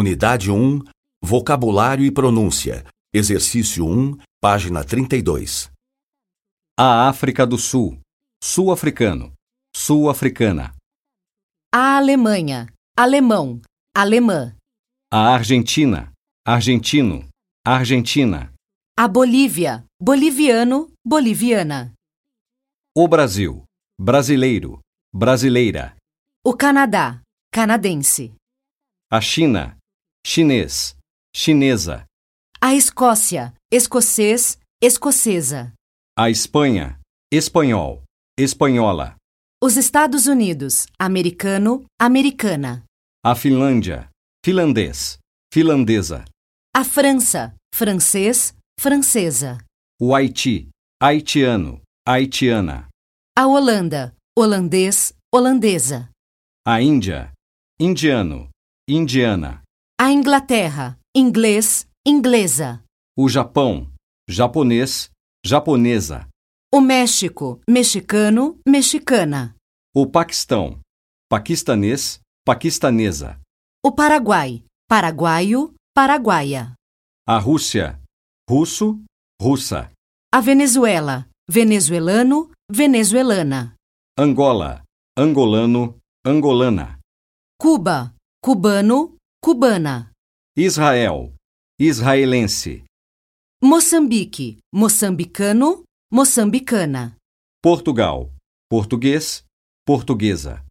Unidade 1 Vocabulário e Pronúncia. Exercício 1, página 32. A África do Sul. Sul-africano. Sul-africana. A Alemanha, alemão, alemã. A Argentina. Argentino. Argentina. A Bolívia, boliviano, boliviana. O Brasil. Brasileiro. Brasileira. O Canadá, canadense. A China. Chinês. Chinesa. A Escócia, escocês, escocesa. A Espanha. Espanhol. Espanhola. Os Estados Unidos, americano, americana. A Finlândia. Finlandês. Finlandesa. A França, francês, francesa. O Haiti. Haitiano. Haitiana. A Holanda, holandês, holandesa. A Índia. Indiano. Indiana. A Inglaterra, inglês, inglesa. O Japão. Japonês. Japonesa. O México, mexicano, mexicana. O Paquistão. Paquistanês. Paquistanesa. O Paraguai, paraguaio, paraguaia. A Rússia. Russo. Russa. A Venezuela, venezuelano, venezuelana. Angola. Angolano. Angolana. Cuba, cubano, cubana. Israel. Israelense. Moçambique, moçambicano, moçambicana. Portugal. Português. Portuguesa.